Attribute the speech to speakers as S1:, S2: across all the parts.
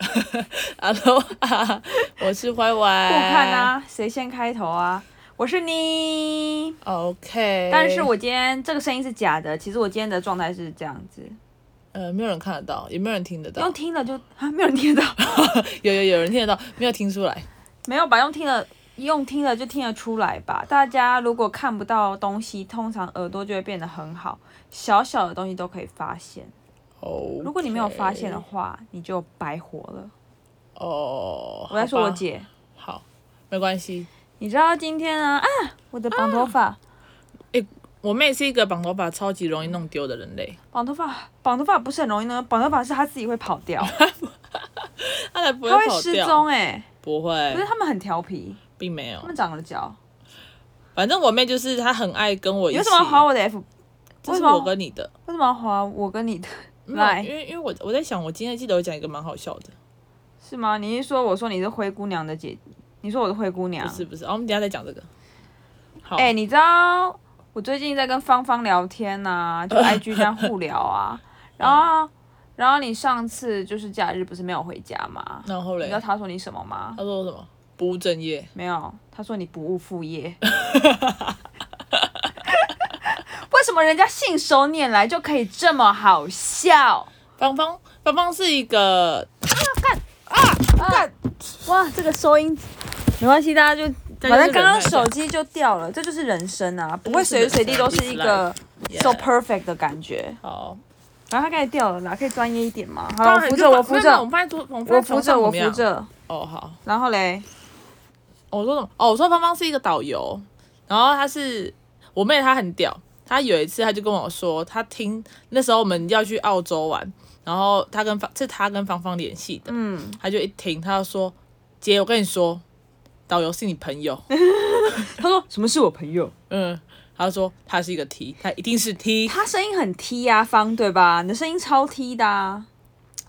S1: 哈喽啊，我是歪歪。
S2: 互看啊，谁先开头啊？我是你，
S1: OK。
S2: 但是我今天这个声音是假的，其实我今天的状态是这样子，
S1: 呃，没有人看得到，也没有人听得到
S2: 用。听的就 啊，没有人听得到，
S1: 有有有人听得到，没有听出来。
S2: 没有吧？用听的，用听的就听得出来吧？大家如果看不到东西，通常耳朵就会变得很好，小小的东西都可以发现。
S1: 哦，
S2: 如果你没有发现的话，你就白活了。
S1: 哦，
S2: 我在说我
S1: 好吧，
S2: 姐，
S1: 好，没关系。
S2: 你知道今天啊啊，我的绑头发。
S1: 啊我妹是一个绑头发超级容易弄丢的人类，
S2: 绑头发，绑头发不是很容易呢。绑头发是它自己会跑掉，
S1: 她 才不
S2: 它会
S1: 跑
S2: 失
S1: 掉，
S2: 踪哎、
S1: 不
S2: 可
S1: 会
S2: 是，他们很调皮，
S1: 并没有
S2: 他。们长了脚。
S1: 哦反正我妹就是她很爱跟我一起。
S2: 有什么划我的 F？为
S1: 这
S2: 为
S1: 是
S2: 什么
S1: 我跟你的。
S2: 什么要划我跟你的？
S1: 没有
S2: 来
S1: 因为因为我我在想，我今天记得我讲一个蛮好笑的，
S2: 是吗？你是说我说你是灰姑娘的姐？你说我是灰姑娘
S1: 不？是不是？哦，我们等一下再讲这个。好，
S2: 哎、你知道我最近在跟芳芳聊 天呐、就 IG 这样互聊啊。
S1: 嗯
S2: 然后，然后你上次就是假日不是没有回家吗？
S1: 然后
S2: 你
S1: 嘞
S2: 知道，她说你什么吗？
S1: 他说什么不务正业，
S2: 没有，他说你不务 副业。 为什么人家信手拈来就可以这么好笑？
S1: 芳芳芳芳是一个
S2: 啊、哇，这个收音没关系，大家就
S1: 这就
S2: 反
S1: 是
S2: 正刚刚
S1: 人来的
S2: 手机就掉了，这就是人生啊，不会随时随地都是一个
S1: Yeah
S2: so perfect 的感觉。
S1: 好，
S2: 然后它开始掉了啦，可以专业一点吗？好，
S1: 当
S2: 哦我
S1: 然
S2: 扶
S1: 就
S2: 着，
S1: 把
S2: 我扶
S1: 没有没有我
S2: 着，
S1: 们放在桌，我们
S2: 我
S1: 放在
S2: 扶
S1: 床
S2: 着，
S1: 上
S2: 我
S1: 怎么样
S2: 扶。着。
S1: 哦，好，
S2: 然后嘞，
S1: 我说什么？哦，我说芳芳是一个导游，然后她是我妹，她很屌。她有一次，她就跟我说，她听那时候我们要去澳洲玩，然后她跟芳是她跟芳芳联系的，
S2: 嗯，
S1: 她就一听，她就说：“姐，我跟你说，导游是你朋友。”
S2: 他说什么是我朋友？
S1: 嗯，他说他是一个 T，他一定是 T，
S2: 他声音很 T 呀、方对吧？你的声音超 T 的、啊。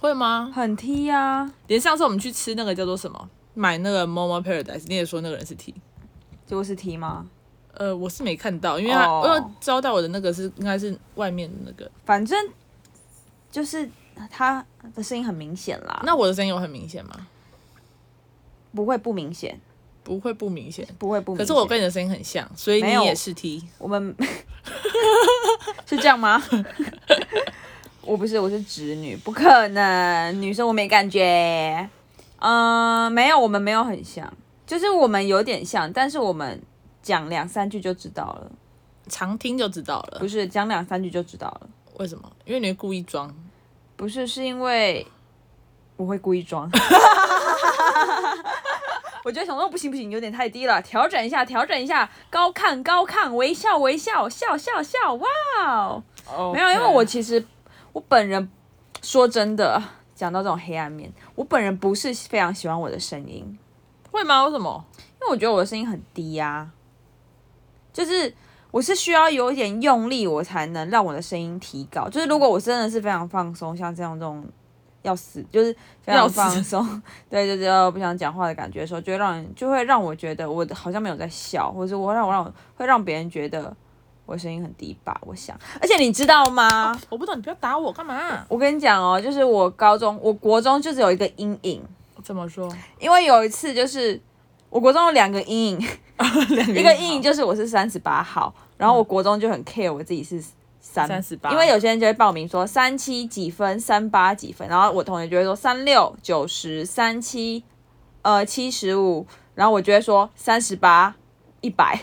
S1: 会吗？
S2: 很啊 T 呀、
S1: 连上次我们去吃那个叫做什么，买那个 Momo Paradise，你也说那个人是 T。
S2: 结果是 T 吗？
S1: 呃，我是没看到，因为他、
S2: 哦
S1: 因为招待我的那个是应该是外面的那个，
S2: 反正就是他的声音很明显啦，
S1: 那我的声音有很明显吗？
S2: 不会不明显，
S1: 不会不明显，
S2: 不会不明
S1: 可
S2: 显。
S1: 是我跟你的声音很像，所以你
S2: 没有
S1: 也是 T。
S2: 我们 是这样吗？ 我不是，我是直女，不可能，女生我没感觉。嗯、没有，我们没有很像，就是我们有点像，但是我们讲两三句就知道了，
S1: 常听就知道了
S2: 不，是讲两三句就知道了，
S1: 为什么？因为你会故意装，
S2: 不是，是因为我会故意装。 我就想说，不行不行，有点太低了，调整一下，调整一下，高看高看，微笑微笑，笑笑笑，哇哦！没有，因为我其实我本人说真的，讲到这种黑暗面，我本人不是非常喜欢我的声音，因
S1: 会吗？为什么？
S2: 为我觉得我的声音很低呀、就是我是需要有一点用力，我才能让我的声音提高。就是如果我真的是非常放松，像这样这种要死，就是非
S1: 要
S2: 常
S1: 死
S2: 放松， 对，就是要不想讲话的感觉的时候，就会让人就会让我觉得我好像没有在笑，或者是我会让我让我会让别人觉得我声音很低吧。我想，而且你知道吗？
S1: 我不懂，你不要打我干嘛、
S2: 我跟你讲哦，就是我高中，我国中就只有一个阴影，
S1: 怎么说？
S2: 因为有一次就是我国中有 两个阴影，一个阴影就是我是三十八号，然后我国中就很 care 我自己是三
S1: 38
S2: 因为有些人就会报名说三七几分、三八几分，然后我同学就会说三六、九十、三七、呃七十五，然后我就会说三十八、一百，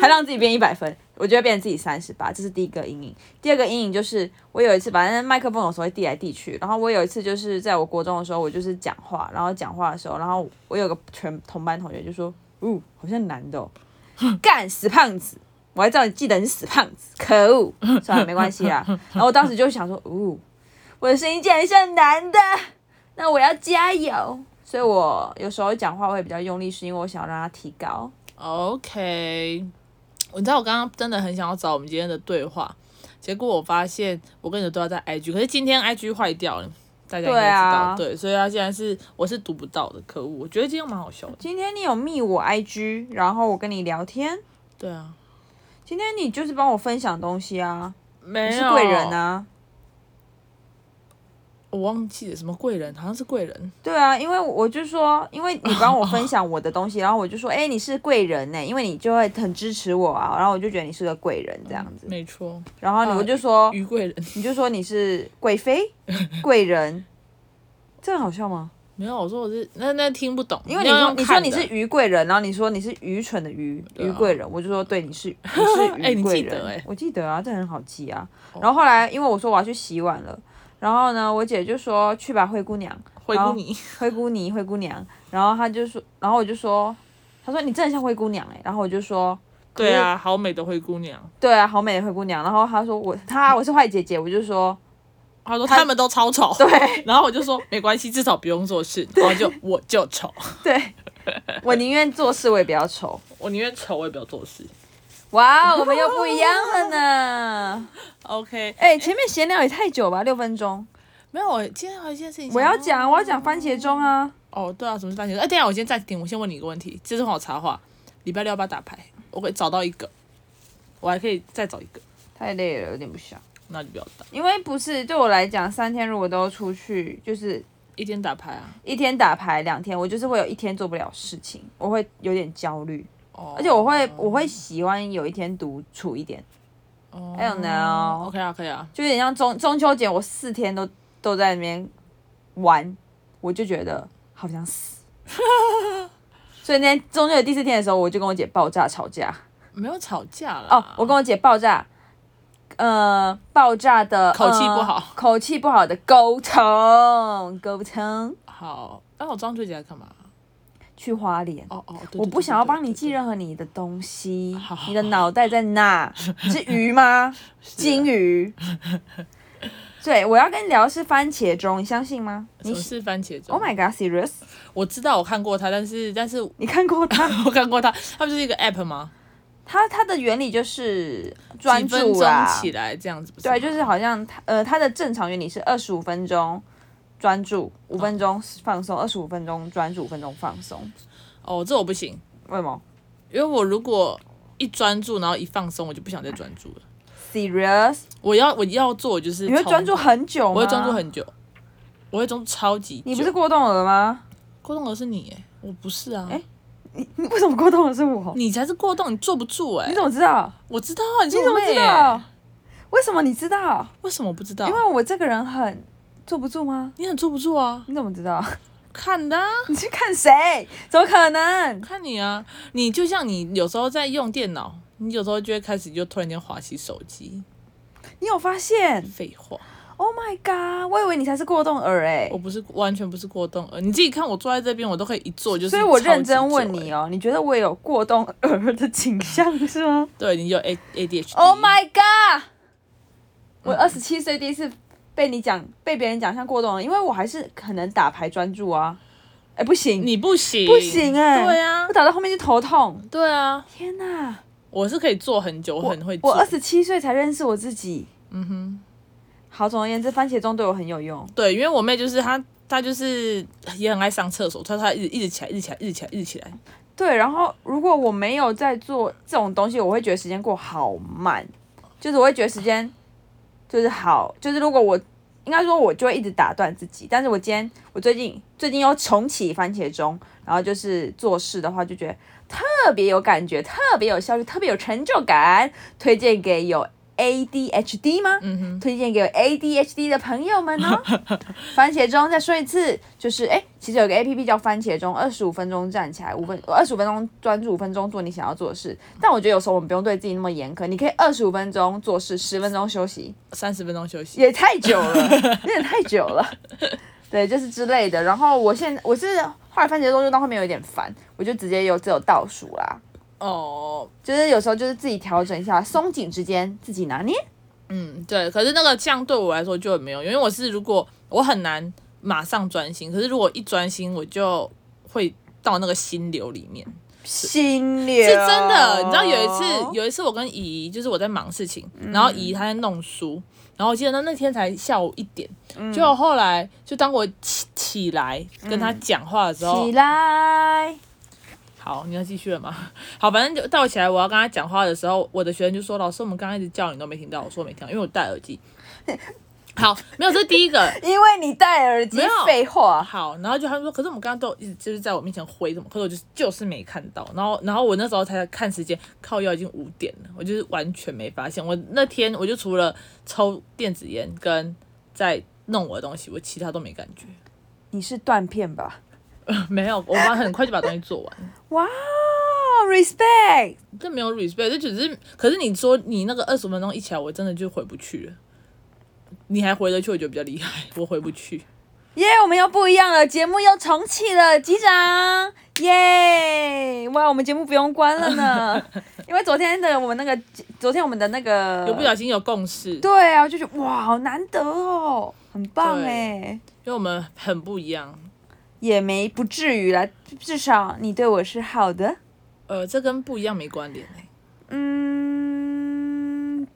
S2: 还让自己变一百分。我就会变成自己三十八，这是第一个阴影。第二个阴影就是我有一次，反正麦克风有时候会递来递去，然后我有一次就是在我国中的时候，我就是讲话，然后讲话的时候，然后我有个全同班同学就说：“哦，好像男的、哦，干死胖子！”我还知道你记得你是死胖子，可恶！算了，没关系啦。啊 然后我当时就想说，呜，我的声音竟然像男的，那我要加油。所以我有时候讲话会比较用力，是因为我想要让它提高。
S1: OK，你知道我刚刚真的很想要找我们今天的对话，结果我发现我跟你的对话在 IG，可是今天 IG 坏掉了，大家应该知道，
S2: 对啊
S1: 对，所以他现在是我是读不到的，可恶！我觉得今天蛮好笑的，
S2: 今天你有密我 IG，然后我跟你聊天。
S1: 对啊，
S2: 今天你就是帮我分享东西啊，你
S1: 没
S2: 是贵人，啊。
S1: 我忘记了什么贵人，好像是贵人。
S2: 对啊，因为我就说，因为你帮我分享我的东西，然后我就说，哎、你是贵人呢、因为你就会很支持我啊，然后我就觉得你是个贵人这样子，
S1: 没错，
S2: 然后你
S1: 呃
S2: 我就说，
S1: 于贵人。
S2: 你就说你是贵 妃、贵人，这个好笑吗？
S1: 没有，我说我是那那听不懂，
S2: 因为你
S1: 要
S2: 说
S1: 用
S2: 你说
S1: 看
S2: 你
S1: 的
S2: 是愚贵人，然后你说你是愚蠢的愚
S1: 啊
S2: 愚贵人，我就说对，你是你是
S1: 哎
S2: 愚
S1: 你
S2: 贵
S1: 记
S2: 人，
S1: 得哦哎
S2: 我记得啊，这很好记啊。然后后来因为我说我要去洗碗了，然后呢，我姐就说去吧，灰姑娘，
S1: 回顾你，
S2: 灰姑娘，灰姑娘。然后她就说，然后我就说，她说你真的像灰姑娘哎、然后我就说。
S1: 对啊，好美的灰姑娘。
S2: 对啊，好美的灰姑娘。然后她说我她我是坏姐姐，我就说
S1: 他说他们都超丑，
S2: 对
S1: 然后我就说没关系，至少不用做 事。然后就我就丑，
S2: 对，我宁愿做事我也不要丑。
S1: 我宁愿丑我也不要做事。
S2: 哇，我们又不一样了呢。
S1: OK，
S2: 哎、前面闲聊也太久吧，六分钟。
S1: 没有，我今天还有一件事情，
S2: 我要。讲，我要讲番茄钟啊！
S1: 哦，对啊，什么是番茄钟？哎，等一下，我先暂停，我先问你一个问题，这是很好插话。礼拜六要不要打牌？我可以找到一个，我还可以再找一个，
S2: 太累了，有点不想。
S1: 那就不要打，
S2: 因为不是对我来讲，三天如果都出去，就是
S1: 一天打牌啊。
S2: 一天打牌，两天我就是会有一天做不了事情，我会有点焦虑，
S1: 哦，
S2: 而且我会我会喜欢有一天独处一点，
S1: 哦，
S2: I don't know
S1: OK 啊，可以啊，
S2: 就有点像中中秋节，我四天都都在那边玩，我就觉得好 想死。所以那天中秋节第四天的时候，我就跟我姐爆炸吵架。
S1: 没有吵架啦。
S2: 哦，我跟我姐爆炸，呃，爆炸的
S1: 口气不
S2: 呃
S1: 好
S2: 口气不好的沟通，沟通
S1: 好，那我中秋节来干嘛？
S2: 去花莲。
S1: 哦哦，对
S2: 我
S1: 对
S2: 不
S1: 对
S2: 想
S1: 对
S2: 要
S1: 对
S2: 帮你
S1: 对
S2: 记
S1: 对
S2: 任何你的东西
S1: 好，啊
S2: 你的脑袋在哪？你 是 鱼吗？金鱼。对，我要跟你聊的是番茄钟，你相信吗？
S1: 什
S2: 你
S1: 么是番茄钟
S2: ，Oh my God，serious？
S1: 我知道我看过它，但是但是我
S2: 你看过它？
S1: 看过它，它不是一个 app 吗？
S2: 它它的原理就是专
S1: 几分
S2: 注
S1: 钟
S2: 啦，
S1: 起来这样子不是吗？
S2: 对，就是好像它呃，它的正常原理是二十五分钟专注，五分钟放松，二十五分钟专注，五分钟放松。
S1: 哦，这我不行，
S2: 为什么
S1: 因为我如果一专注，然后一放松，我就不想再专注了。
S2: ？Serious？
S1: 我要我要做，我就是
S2: 你会
S1: 超
S2: 专注，很久吗？
S1: 我会专注。很久，我会专注超级久。哎
S2: 你不是郭栋儿吗？
S1: 过动儿是你耶，我不是啊，
S2: 哎你为什么郭栋儿是我？
S1: 你才是过动，你坐不住哎
S2: 你。怎么知道？
S1: 我知道啊，你是
S2: 你怎
S1: 我
S2: 么
S1: 妹
S2: 知
S1: 耶
S2: 道？？为什么你知道？
S1: 为什么我不知道
S2: 因？为我这个人很坐不住吗？
S1: 你很坐不住啊，
S2: 你怎么知道？
S1: 看的啊。
S2: 你去看谁？怎么可能？
S1: 看你啊，你就像你有时候在用电脑，你有时候就会开始就突然间滑起手机。
S2: 你有发现
S1: 废话，
S2: ？Oh my god！我以为你才是过动儿哎、
S1: 我不是完全不是过动儿，你自己看我坐在这边，我都可以一坐就是。
S2: 所以我认真问你，哦，你觉得我有过动儿的倾向是吗
S1: 对你有 A A D H D。
S2: ？Oh my god！我二十七岁第一次被你讲，被别人讲像过动儿，因为我还是可能打牌专注啊。哎、不行，
S1: 你不行，
S2: 不行哎、
S1: 对啊
S2: 我，打到后面就头痛。
S1: 对啊，
S2: 天哪！
S1: 我是可以坐很久，我很会坐。
S2: 我二十七岁才认识我自己。
S1: 嗯哼，
S2: 好，总而言之，番茄钟对我很有用。
S1: 对，因为我妹就是她，她就是也很爱上厕所，所以她一直一直起来，一直起来，一直起来，一直起来。
S2: 对，然后如果我没有在做这种东西，我会觉得时间过好慢，就是我会觉得时间就是好，就是如果我应该说我就会一直打断自己，但是我今天我最近最近又重启番茄钟，然后就是做事的话就觉得特别有感觉，特别有效率，特别有成就感，推荐给有 ADHD 吗？
S1: 嗯哼，
S2: 推荐给有 ADHD 的朋友们哦。番茄钟，再说一次，就是哎、诶其实有个 APP 叫番茄钟，二十五分钟站起来，五分二十五分钟专注，五分钟做你想要做的事。但我觉得有时候我们不用对自己那么严苛，你可以二十五分钟做事，十分钟休息，
S1: 三十分钟休息。
S2: 也太 久了，有点太久了。对，就是之类的。然后我现我是后来番茄钟用到后面有点烦，我就直接有只有倒数啦，
S1: 哦，
S2: 就是有时候就是自己调整一下，松紧之间自己拿捏。
S1: 嗯，对。可是那个这样对我来说就很没有用，因为我是如果我很难马上专心，可是如果一专心，我就会到那个心流里面，
S2: 心流
S1: 是真的。你知道有一次，有一次我跟姨，就是我在忙事情，然后姨她在弄书，然后我记得那那天才下午一点，就后来就当我起起来跟她讲话的时候
S2: 起，来，
S1: 好，你要继续了吗？ 好，反正就到起来，我要跟他讲话的时候，我的学生就说：“老师，我们刚刚一直叫你都没听到。”我说：“没听到，因为我戴耳机。”好，没有，这是第一个。
S2: 因为你戴耳机
S1: 没有，
S2: 废话。
S1: 好，然后就他们说，可是我们刚刚都一直就是在我面前挥什么，可是我就是就是没看到。然后，然后我那时候才看时间，靠腰已经五点了，我就是完全没发现。我那天我就除了抽电子烟跟在弄我的东西，我其他都没感觉。
S2: 你是断片吧？
S1: 没有，我妈很快就把东西做完，
S2: 哇、r e s p e c t
S1: 这没有 respect，这只是，可是你说你那个二十分钟一起来，我真的就回不去了。你还回得去，我觉得比较厉害，我回不去。
S2: 耶我们又不一样了，节目又重启了，机长，耶、哇，我们节目不用关了 呢，因为昨天的我们那个，昨天我们的那个
S1: 有不小心有共识，因
S2: 对啊，我就觉得哇，好难得哦，很棒
S1: 对
S2: 哎，
S1: 为我们很不一样。
S2: 也没不至于啦，至少你对我是好的。
S1: 呃，这跟不一样没关联、欸、
S2: 嗯，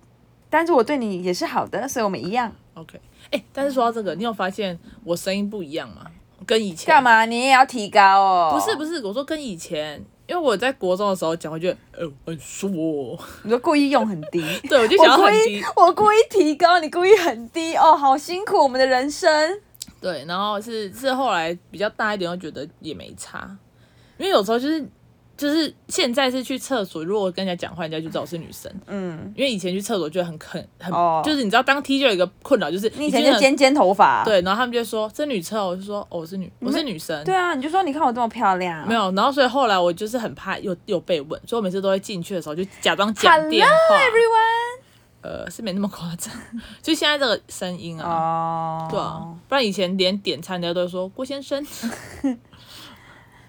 S2: 但是我对你也是好的，所以我们一样。
S1: OK，哎、但是说到这个，你有发现我声音不一样吗？跟以前
S2: 干？嘛？你也要提高哦？
S1: 不是不是，我说跟以前，因为我在国中的时候讲，我觉得呃很舒服，
S2: 你就故意用很 低。
S1: 对我就想
S2: 我
S1: 要
S2: 故
S1: 很
S2: 意
S1: 低，，
S2: 我故意提高，你故意很低哦，好辛苦我们的人生。
S1: 对，然后是是后来比较大一点，我觉得也没差，因为有时候就是。就是现在是去厕所，如果我跟人家讲话，人家就知道我是女生。
S2: 嗯，
S1: 因为以前去厕所就很很很
S2: 哦
S1: 就是你知道当 T 就有一个困扰，就是
S2: 你以
S1: 已经
S2: 前就
S1: 很
S2: 尖尖头发。
S1: 对，然后他们就说这女厕，我就说哦我是女我是女生，
S2: 对啊，你就说你看我这么漂亮。
S1: 没
S2: 有。
S1: 有，然后所以后来我就是很怕又又被问，所以我每次都会进去的时候就假装讲电话。
S2: Everyone。
S1: 呃，是没那么夸张，就现在这个声音啊，
S2: 哦。
S1: 对啊，不然以前连点餐人家都会说郭先生，Yeah，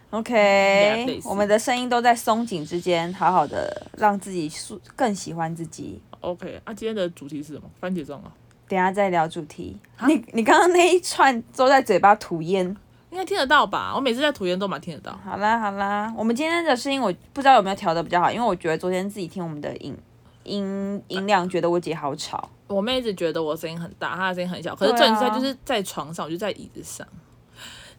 S2: OK，
S1: 类似
S2: 我们的声音都在松紧之间，好好的让自己舒更喜欢自己。
S1: OK，啊，今天的主题是什么？番茄钟啊，
S2: 等一下再聊主题。
S1: 啊
S2: 你你刚刚那一串都在嘴巴吐烟。
S1: 应该听得到吧？我每次在吐烟都蛮听得到。
S2: 好啦好啦，我们今天的声音我不知道有没有调的比较好，因为我觉得昨天自己听我们的音音音量，觉得我姐好吵。
S1: 我妹一直觉得我声音很大，她的声音很小，可是重
S2: 对啊
S1: 点是她就是在床上，我就在椅子上。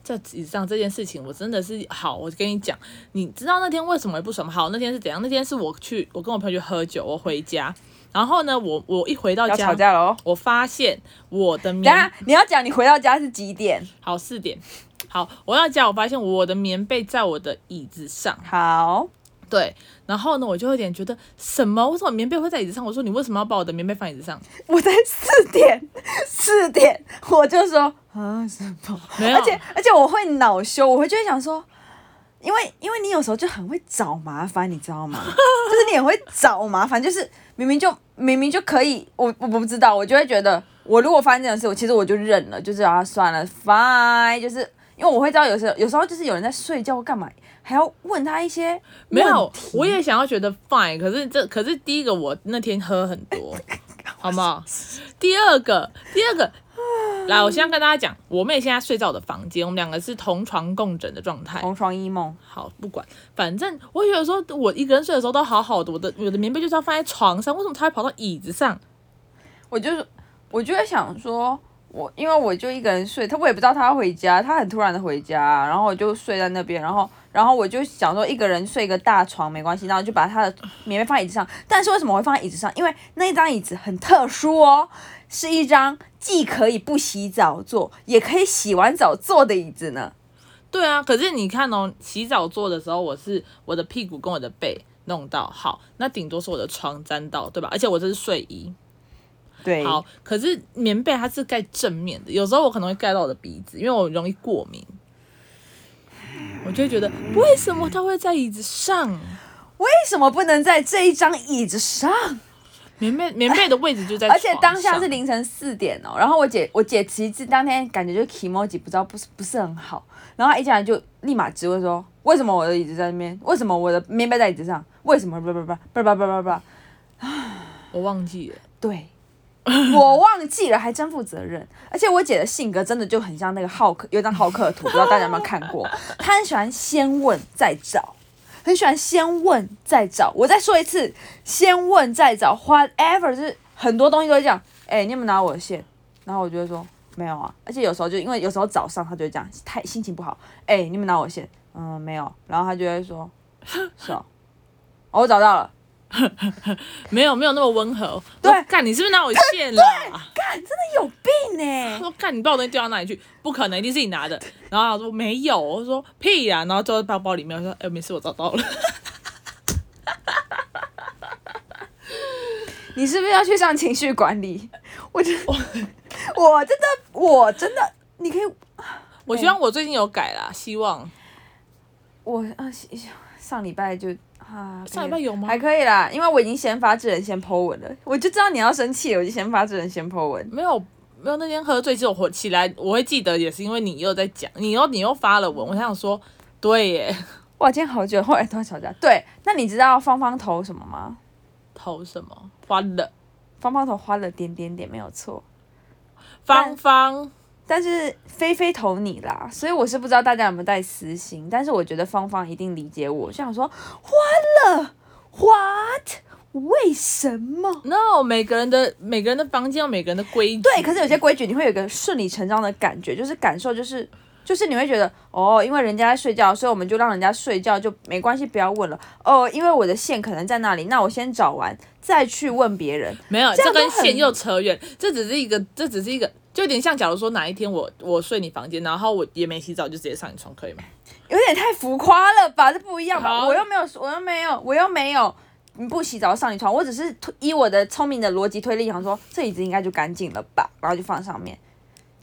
S1: 在椅子上这件事情，我真的是好，我跟你讲，你知道那天为什么会不爽吗？好，那天是怎样？那天是我去，我跟我朋友去喝酒，我回家，然后呢，我我一回到
S2: 要吵
S1: 家，
S2: 架喽！
S1: 我发现我的
S2: 等一
S1: 棉
S2: 下你要讲你回到家是几点？
S1: 好四点，好，我到家，我发现我的棉被在我的椅子上，
S2: 好，
S1: 对，然后呢，我就有点觉得什么？为什么棉被会在椅子上？我说你为什么要把我的棉被放椅子上？
S2: 我在四点，四点我就说啊什么？
S1: 没有
S2: 而且而且我会恼羞，我会就会想说，因为因为你有时候就很会找麻烦，你知道吗？ 就是你很会找麻烦，就是明明就明明就可以，我我不知道，我就会觉得，我如果发生这种事，我其实我就认了，就是啊算了，fine，就是因为我会知道有时候有时候就是有人在睡觉或干嘛，还要问他一些
S1: 没
S2: 问
S1: 有
S2: 题，
S1: 我也想要觉得 fine，可是这可是第一个我那天喝很多，好不好？第二个，第二个，来，我先跟大家讲，我妹现在睡在我的房间，我们两个是同床共枕的状态。
S2: 同床异梦，
S1: 好，不管，反正我有时候我一个人睡的时候都好好的，我的我的棉被就是要放在床上，为什么她会跑到椅子上？
S2: 我就是我就会想说。我因为我就一个人睡，他我也不知道他要回家，他很突然的回家，然后我就睡在那边，然后然后我就想说一个人睡一个大床没关系，然后就把他的棉被放在椅子上。但是为什么我会放在椅子上？因为那一张椅子很特殊哦，是一张既可以不洗澡坐，也可以洗完澡坐的椅子呢。
S1: 对啊，可是你看哦，洗澡做的时候，我是我的屁股跟我的背弄到好，那顶多是我的床沾到，对吧？而且我这是睡衣，
S2: 对，
S1: 好，可是棉被它是盖正面的，有时候我可能会盖到我的鼻子，因为我容易过敏。我就会觉得为什么它会在椅子上？
S2: 为什么不能在这一张椅子上？
S1: 棉被棉被的位置就在
S2: 而且当下
S1: 床
S2: 是
S1: 上
S2: 凌晨四点哦，然后我姐我姐其实当天感觉就 e m o j 不知道不是不是很好，然后她一进来就立马质问说，为什么我的椅子在那边？为什么我的棉被在椅子上？为什么？不不不不不不不不，
S1: 我忘记了，
S2: 对， 我忘记了，还真负责任。而且我姐的性格真的就很像那个浩克，有一张浩克 图，不知道大家有没有看过？她很喜欢先问再找，很喜欢先问再找。我再说一次，先问再找，whatever，就是很多东西都会这样。哎、你有没有拿我的线？然后我就会说没有啊。而且有时候就因为有时候早上她就会这样，太心情不好。哎、你有没有拿我的线？嗯，没有。然后她就会说，是哦，哦我找到了。
S1: 没有没有那么温和。我
S2: 对
S1: 说干你是不是拿我线啦？
S2: 干，真的有病哎、
S1: 他说干你把我东西丢到哪里去？不可能，一定是你拿的。然后他说没有，我说屁呀、然后就在包包里面，我说哎、没事，我找到了。
S2: 你是不是要去上情绪管理？我真，我真的，我真的，你可以，
S1: 我希望我最近有改啦，希望
S2: 我啊，上礼拜就啊，
S1: 上礼拜有吗
S2: 还可以啦，因为我已经先发制人，先 Po 文了，我就知道你要生气了，我就先发制人，先 Po 文。
S1: 没有没有那天喝醉之后我起来，我会记得也是因为你又在讲，你又你又发了文，我想说对耶，
S2: 哇，今天好久，后来突然吵架。对，那你知道芳芳头什么吗？
S1: 投什么花了
S2: 芳芳头花了点点点，没有错。
S1: 芳芳。
S2: 但是菲菲投你啦，所以我是不知道大家有没有带私心，但是我觉得芳芳一定理解我，就想说花了，what？为什么？
S1: No，每个人的每个人的房间有每个人的规矩。
S2: 对，可是有些规矩你会有一个顺理成章的感觉，就是感受就是。就是你会觉得哦，因为人家在睡觉，所以我们就让人家睡觉，就没关系，不要问了。哦，因为我的线可能在那里，那我先找完再去问别人。
S1: 没有，
S2: 这
S1: 这
S2: 样
S1: 跟
S2: 都很
S1: 线又扯远，这只是一个，这只是一个，就有点像，假如说哪一天我我睡你房间，然后我也没洗澡，就直接上你床，可以吗？
S2: 有点太浮夸了吧？这不一样吧？
S1: 好
S2: 我又没有，我又没有，我又没有。你不洗澡上你床，我只是推依我的聪明的逻辑推理，想说这椅子应该就干净了吧，然后就放上面。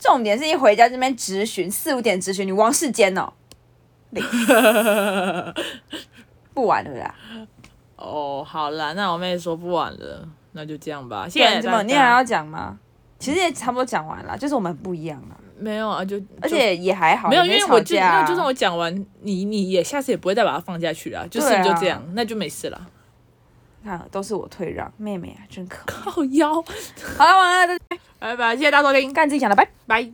S2: 重点是一回家这边质询，四五点质询，你王世坚哦， 累死不玩了啦！
S1: 哦，好啦，那我妹说不晚了，那就这样吧，谢
S2: 不然
S1: 谢
S2: 怎
S1: 大
S2: 么？你还
S1: 家。
S2: 要讲吗？其实也差不多讲完了，就是我们不一样啊，
S1: 没有啊，就
S2: 而且也还好，
S1: 就没有，因
S2: 也
S1: 为
S2: 吵
S1: 我就
S2: 架啊
S1: 那就算我讲完，你你也下次也不会再把它放下去啦，就是
S2: 对啊
S1: 就这样，那就没事了。
S2: 看都是我退让，妹妹啊，真可爱。
S1: 靠腰，
S2: 好了，完了，
S1: 拜拜，谢谢大家收听，
S2: 干自己讲了，拜。
S1: 拜。